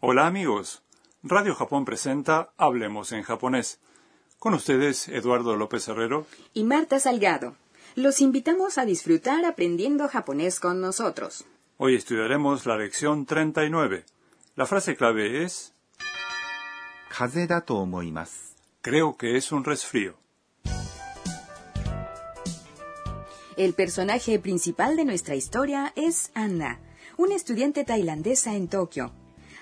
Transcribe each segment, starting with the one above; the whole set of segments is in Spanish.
Hola amigos, Radio Japón presenta Hablemos en japonés. Con ustedes Eduardo López Herrero. y Marta Salgado. Los invitamos a disfrutar aprendiendo japonés con nosotros. Hoy estudiaremos la lección 39. La frase clave es 風邪だと思います。 creo que es un resfrío. El personaje principal de nuestra historia es Anna, una estudiante tailandesa en Tokio.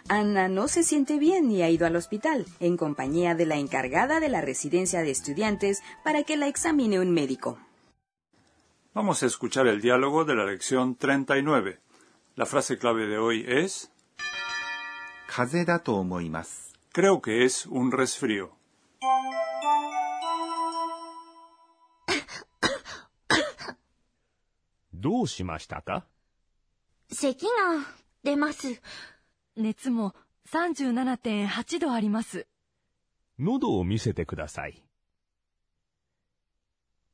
Anna no se siente bien y ha ido al hospital en compañía de la encargada de la residencia de estudiantes para que la examine un médico. Vamos a escuchar el diálogo de la lección 39. La frase clave de hoy es 風邪だと思います。 creo que es un resfrío. どうしましたか咳が出ます。熱も37.8度あります。喉を見せてください。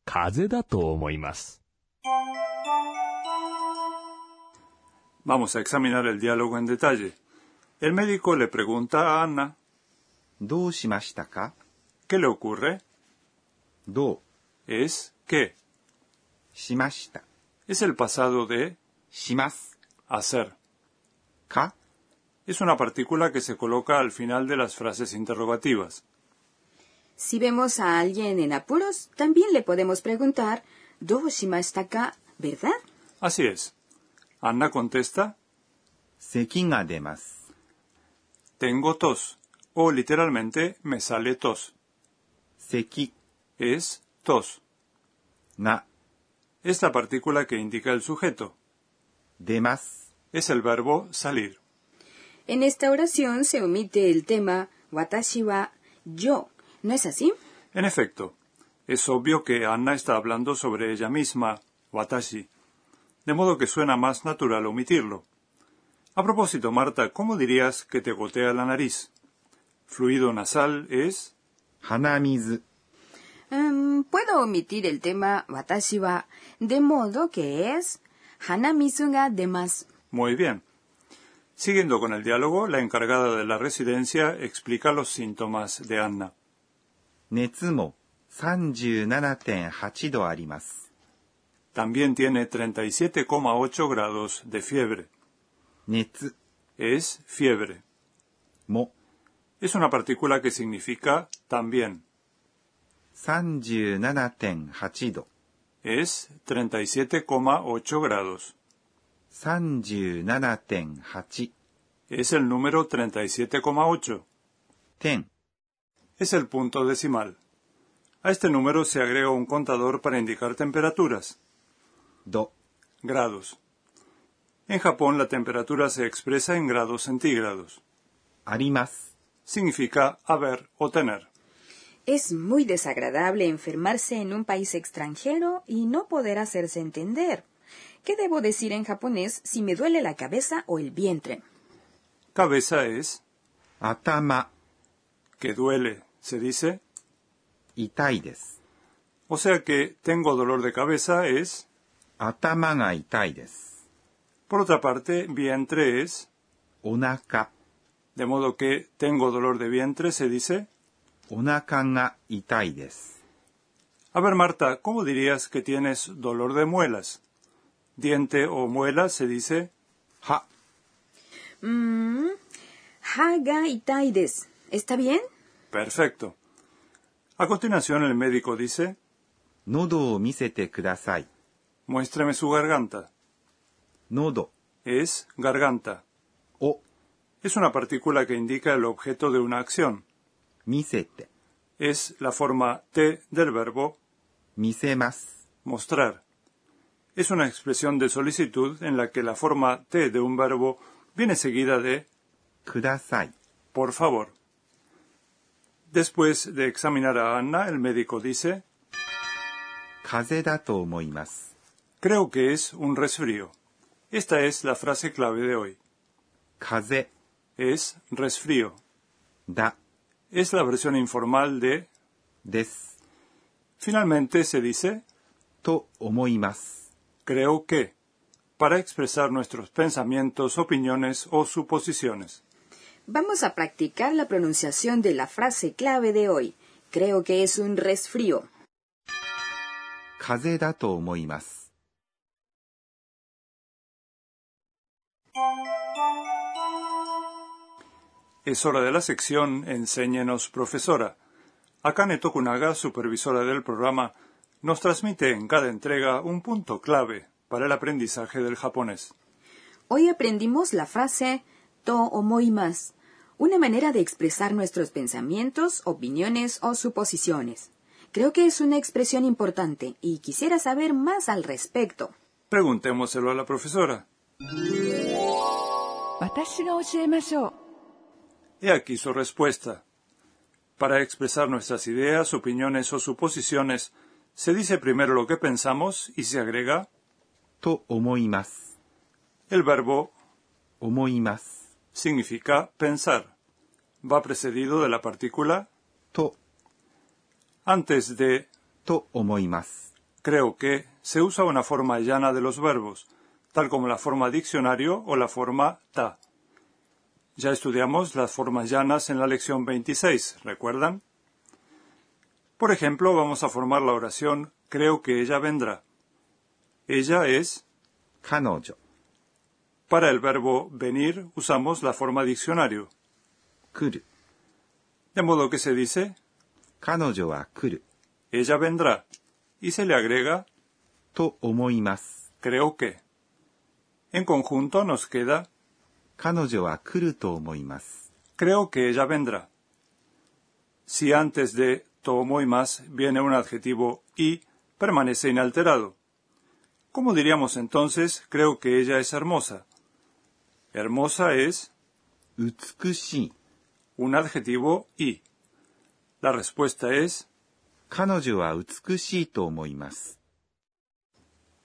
風邪だと思います。 Vamos a examinar el diálogo en detalle. El médico le pregunta a Anna, どうしましたか ¿qué le ocurre? どう Es que. しました。 Es el pasado de します。 hacer. か Es una partícula que se coloca al final de las frases interrogativas. Si vemos a alguien en apuros, también le podemos preguntar, ¿Doshimashita ka?", ¿verdad? Así es. Anna contesta, 咳が出ます。 tengo tos, o literalmente me sale tos. 咳 Es tos. が Es la partícula que indica el sujeto. 出ます。 Es el verbo salir. En esta oración se omite el tema watashi wa yo, ¿no es así? En efecto, es obvio que Anna está hablando sobre ella misma, Watashi, de modo que suena más natural omitirlo. A propósito, Marta, ¿cómo dirías que te gotea la nariz? Fluido nasal es 鼻水 Em, puedo omitir el tema watashi wa, de modo que es hanamizu ga demas. muy bien. Siguiendo con el diálogo, la encargada de la residencia explica los síntomas de Anna. 熱も37.8度あります。 También tiene 37,8 grados de fiebre. 熱 Es fiebre. も Es una partícula que significa también. 37.8度。 es 37,8 grados. 37.8 Es el número 37,8. 点 Es el punto decimal. A este número se agrega un contador para indicar temperaturas, 度 grados. En Japón la temperatura se expresa en grados centígrados. あります。 Significa haber o tener. Es muy desagradable enfermarse en un país extranjero y no poder hacerse entender. ¿Qué debo decir en japonés si me duele la cabeza o el vientre? Cabeza es 頭 que duele, se dice. 痛いです。 O sea que tengo dolor de cabeza es. 頭が痛いです。 Por otra parte, vientre es. お腹 De modo que tengo dolor de vientre se dice. お腹が痛いです。 A ver, Marta, ¿cómo dirías que tienes dolor de muelas? Diente o muela se dice は、 Haga itai desu. ¿Está bien? perfecto. A continuación el médico dice, 喉を見せてください。 muéstrame su garganta. 喉 Es garganta. を Es una partícula que indica el objeto de una acción. 見せて、 Es la forma T del verbo 見せます。 mostrar. Es una expresión de solicitud en la que la forma T de un verbo viene seguida de ください。 por favor. Después de examinar a Anna, el médico dice, 風邪だと思います。 Creo que es un resfrío. Esta es la frase clave de hoy. 風 Es resfrío. 邪だ Es la versión informal de... です。 Finalmente se dice と思います。 creo que para expresar nuestros pensamientos, opiniones o suposiciones. Vamos a practicar la pronunciación de la frase clave de hoy. Creo que es un resfrío. 風邪だと思います。 Es hora de la sección Enséñenos, profesora. Akane Tokunaga, supervisora del programa, nos transmite en cada entrega un punto clave para el aprendizaje del japonés. Hoy aprendimos la frase to omoimas, una manera de expresar nuestros pensamientos, opiniones o suposiciones. Creo que es una expresión importante y quisiera saber más al respecto. Preguntémoselo a la profesora. 私が教えましょう He aquí su respuesta. Para expresar nuestras ideas, opiniones o suposiciones, se dice primero lo que pensamos y se agrega と思います。 el verbo 思います。 significa pensar. Va precedido de la partícula と、 antes de と思います。 creo que se usa una forma llana de los verbos, tal como la forma diccionario o la forma ta. Ya estudiamos las formas llanas en la lección 26, ¿recuerdan? Por ejemplo, vamos a formar la oración creo que ella vendrá. Ella es, 彼女、 para el verbo venir usamos la forma diccionario, 来る。 de modo que se dice 彼女は来る。 ella vendrá y se le agrega と思います。 creo que. En conjunto nos queda 彼女は来ると思います。 Creo que ella vendrá. Si antes de tomo y más viene un adjetivo y, permanece inalterado. ¿Cómo diríamos entonces creo que ella es hermosa? Hermosa es 美しい。 un adjetivo y. La respuesta es, 彼女は美しいと思います。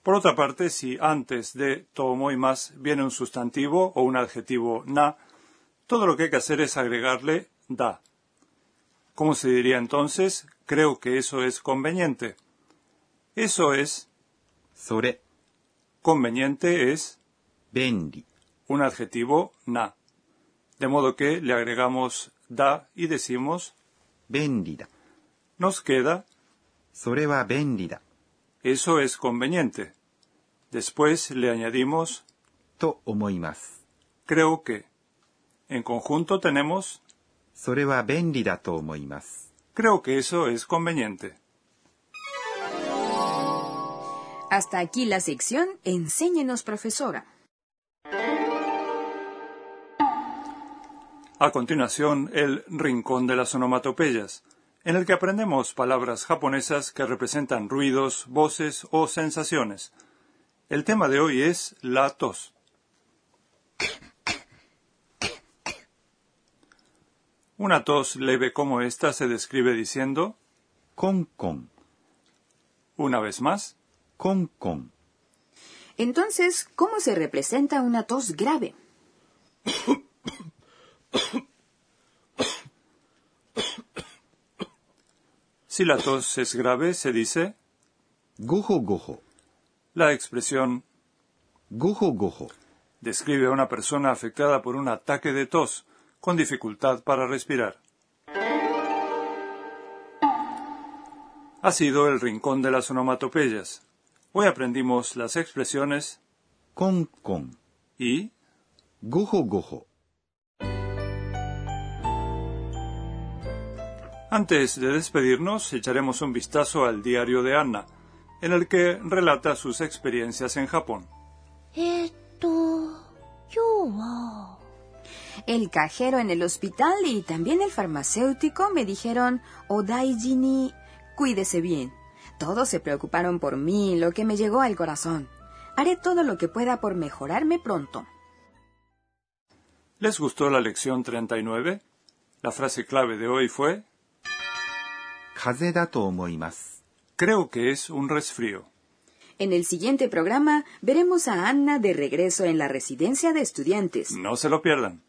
por otra parte, si antes de tomo y más viene un sustantivo o un adjetivo na, todo lo que hay que hacer es agregarle da. ¿Cómo se diría entonces? Creo que eso es conveniente. Eso es それ、 conveniente es 便利。 un adjetivo na. De modo que le agregamos da y decimos 便利だ。 nos queda それは便利だ。 eso es conveniente. Después le añadimos と思います。 creo que. En conjunto tenemos それは便利だと思います。 creo que eso es conveniente. Hasta aquí la sección Enséñenos, profesora. A continuación, el rincón de las onomatopeyas, en el que aprendemos palabras japonesas que representan ruidos, voces o sensaciones. El tema de hoy es la tos. Una tos leve como esta se describe diciendo, コンコン、 una vez más, コンコン、 Entonces, ¿cómo se representa una tos grave? si la tos es grave se dice ごほごほ、 la expresión ごほごほ、 describe a una persona afectada por un ataque de tos, con dificultad para respirar. Ha sido el rincón de las onomatopeyas. Hoy aprendimos las expresiones コンコン、 y ごほごほ、 antes de despedirnos echaremos un vistazo al diario de Anna, en el que relata sus experiencias en Japón. えーっと、今日は、 El cajero en el hospital y también el farmacéutico me dijeron, Odaiji ni, cuídese bien. Todos se preocuparon por mí, lo que me llegó al corazón. Haré todo lo que pueda por mejorarme pronto. ¿Les gustó la lección 39? La frase clave de hoy fue 風邪だと思います。 Creo que es un resfrío. En el siguiente programa veremos a Anna de regreso en la residencia de estudiantes. No se lo pierdan.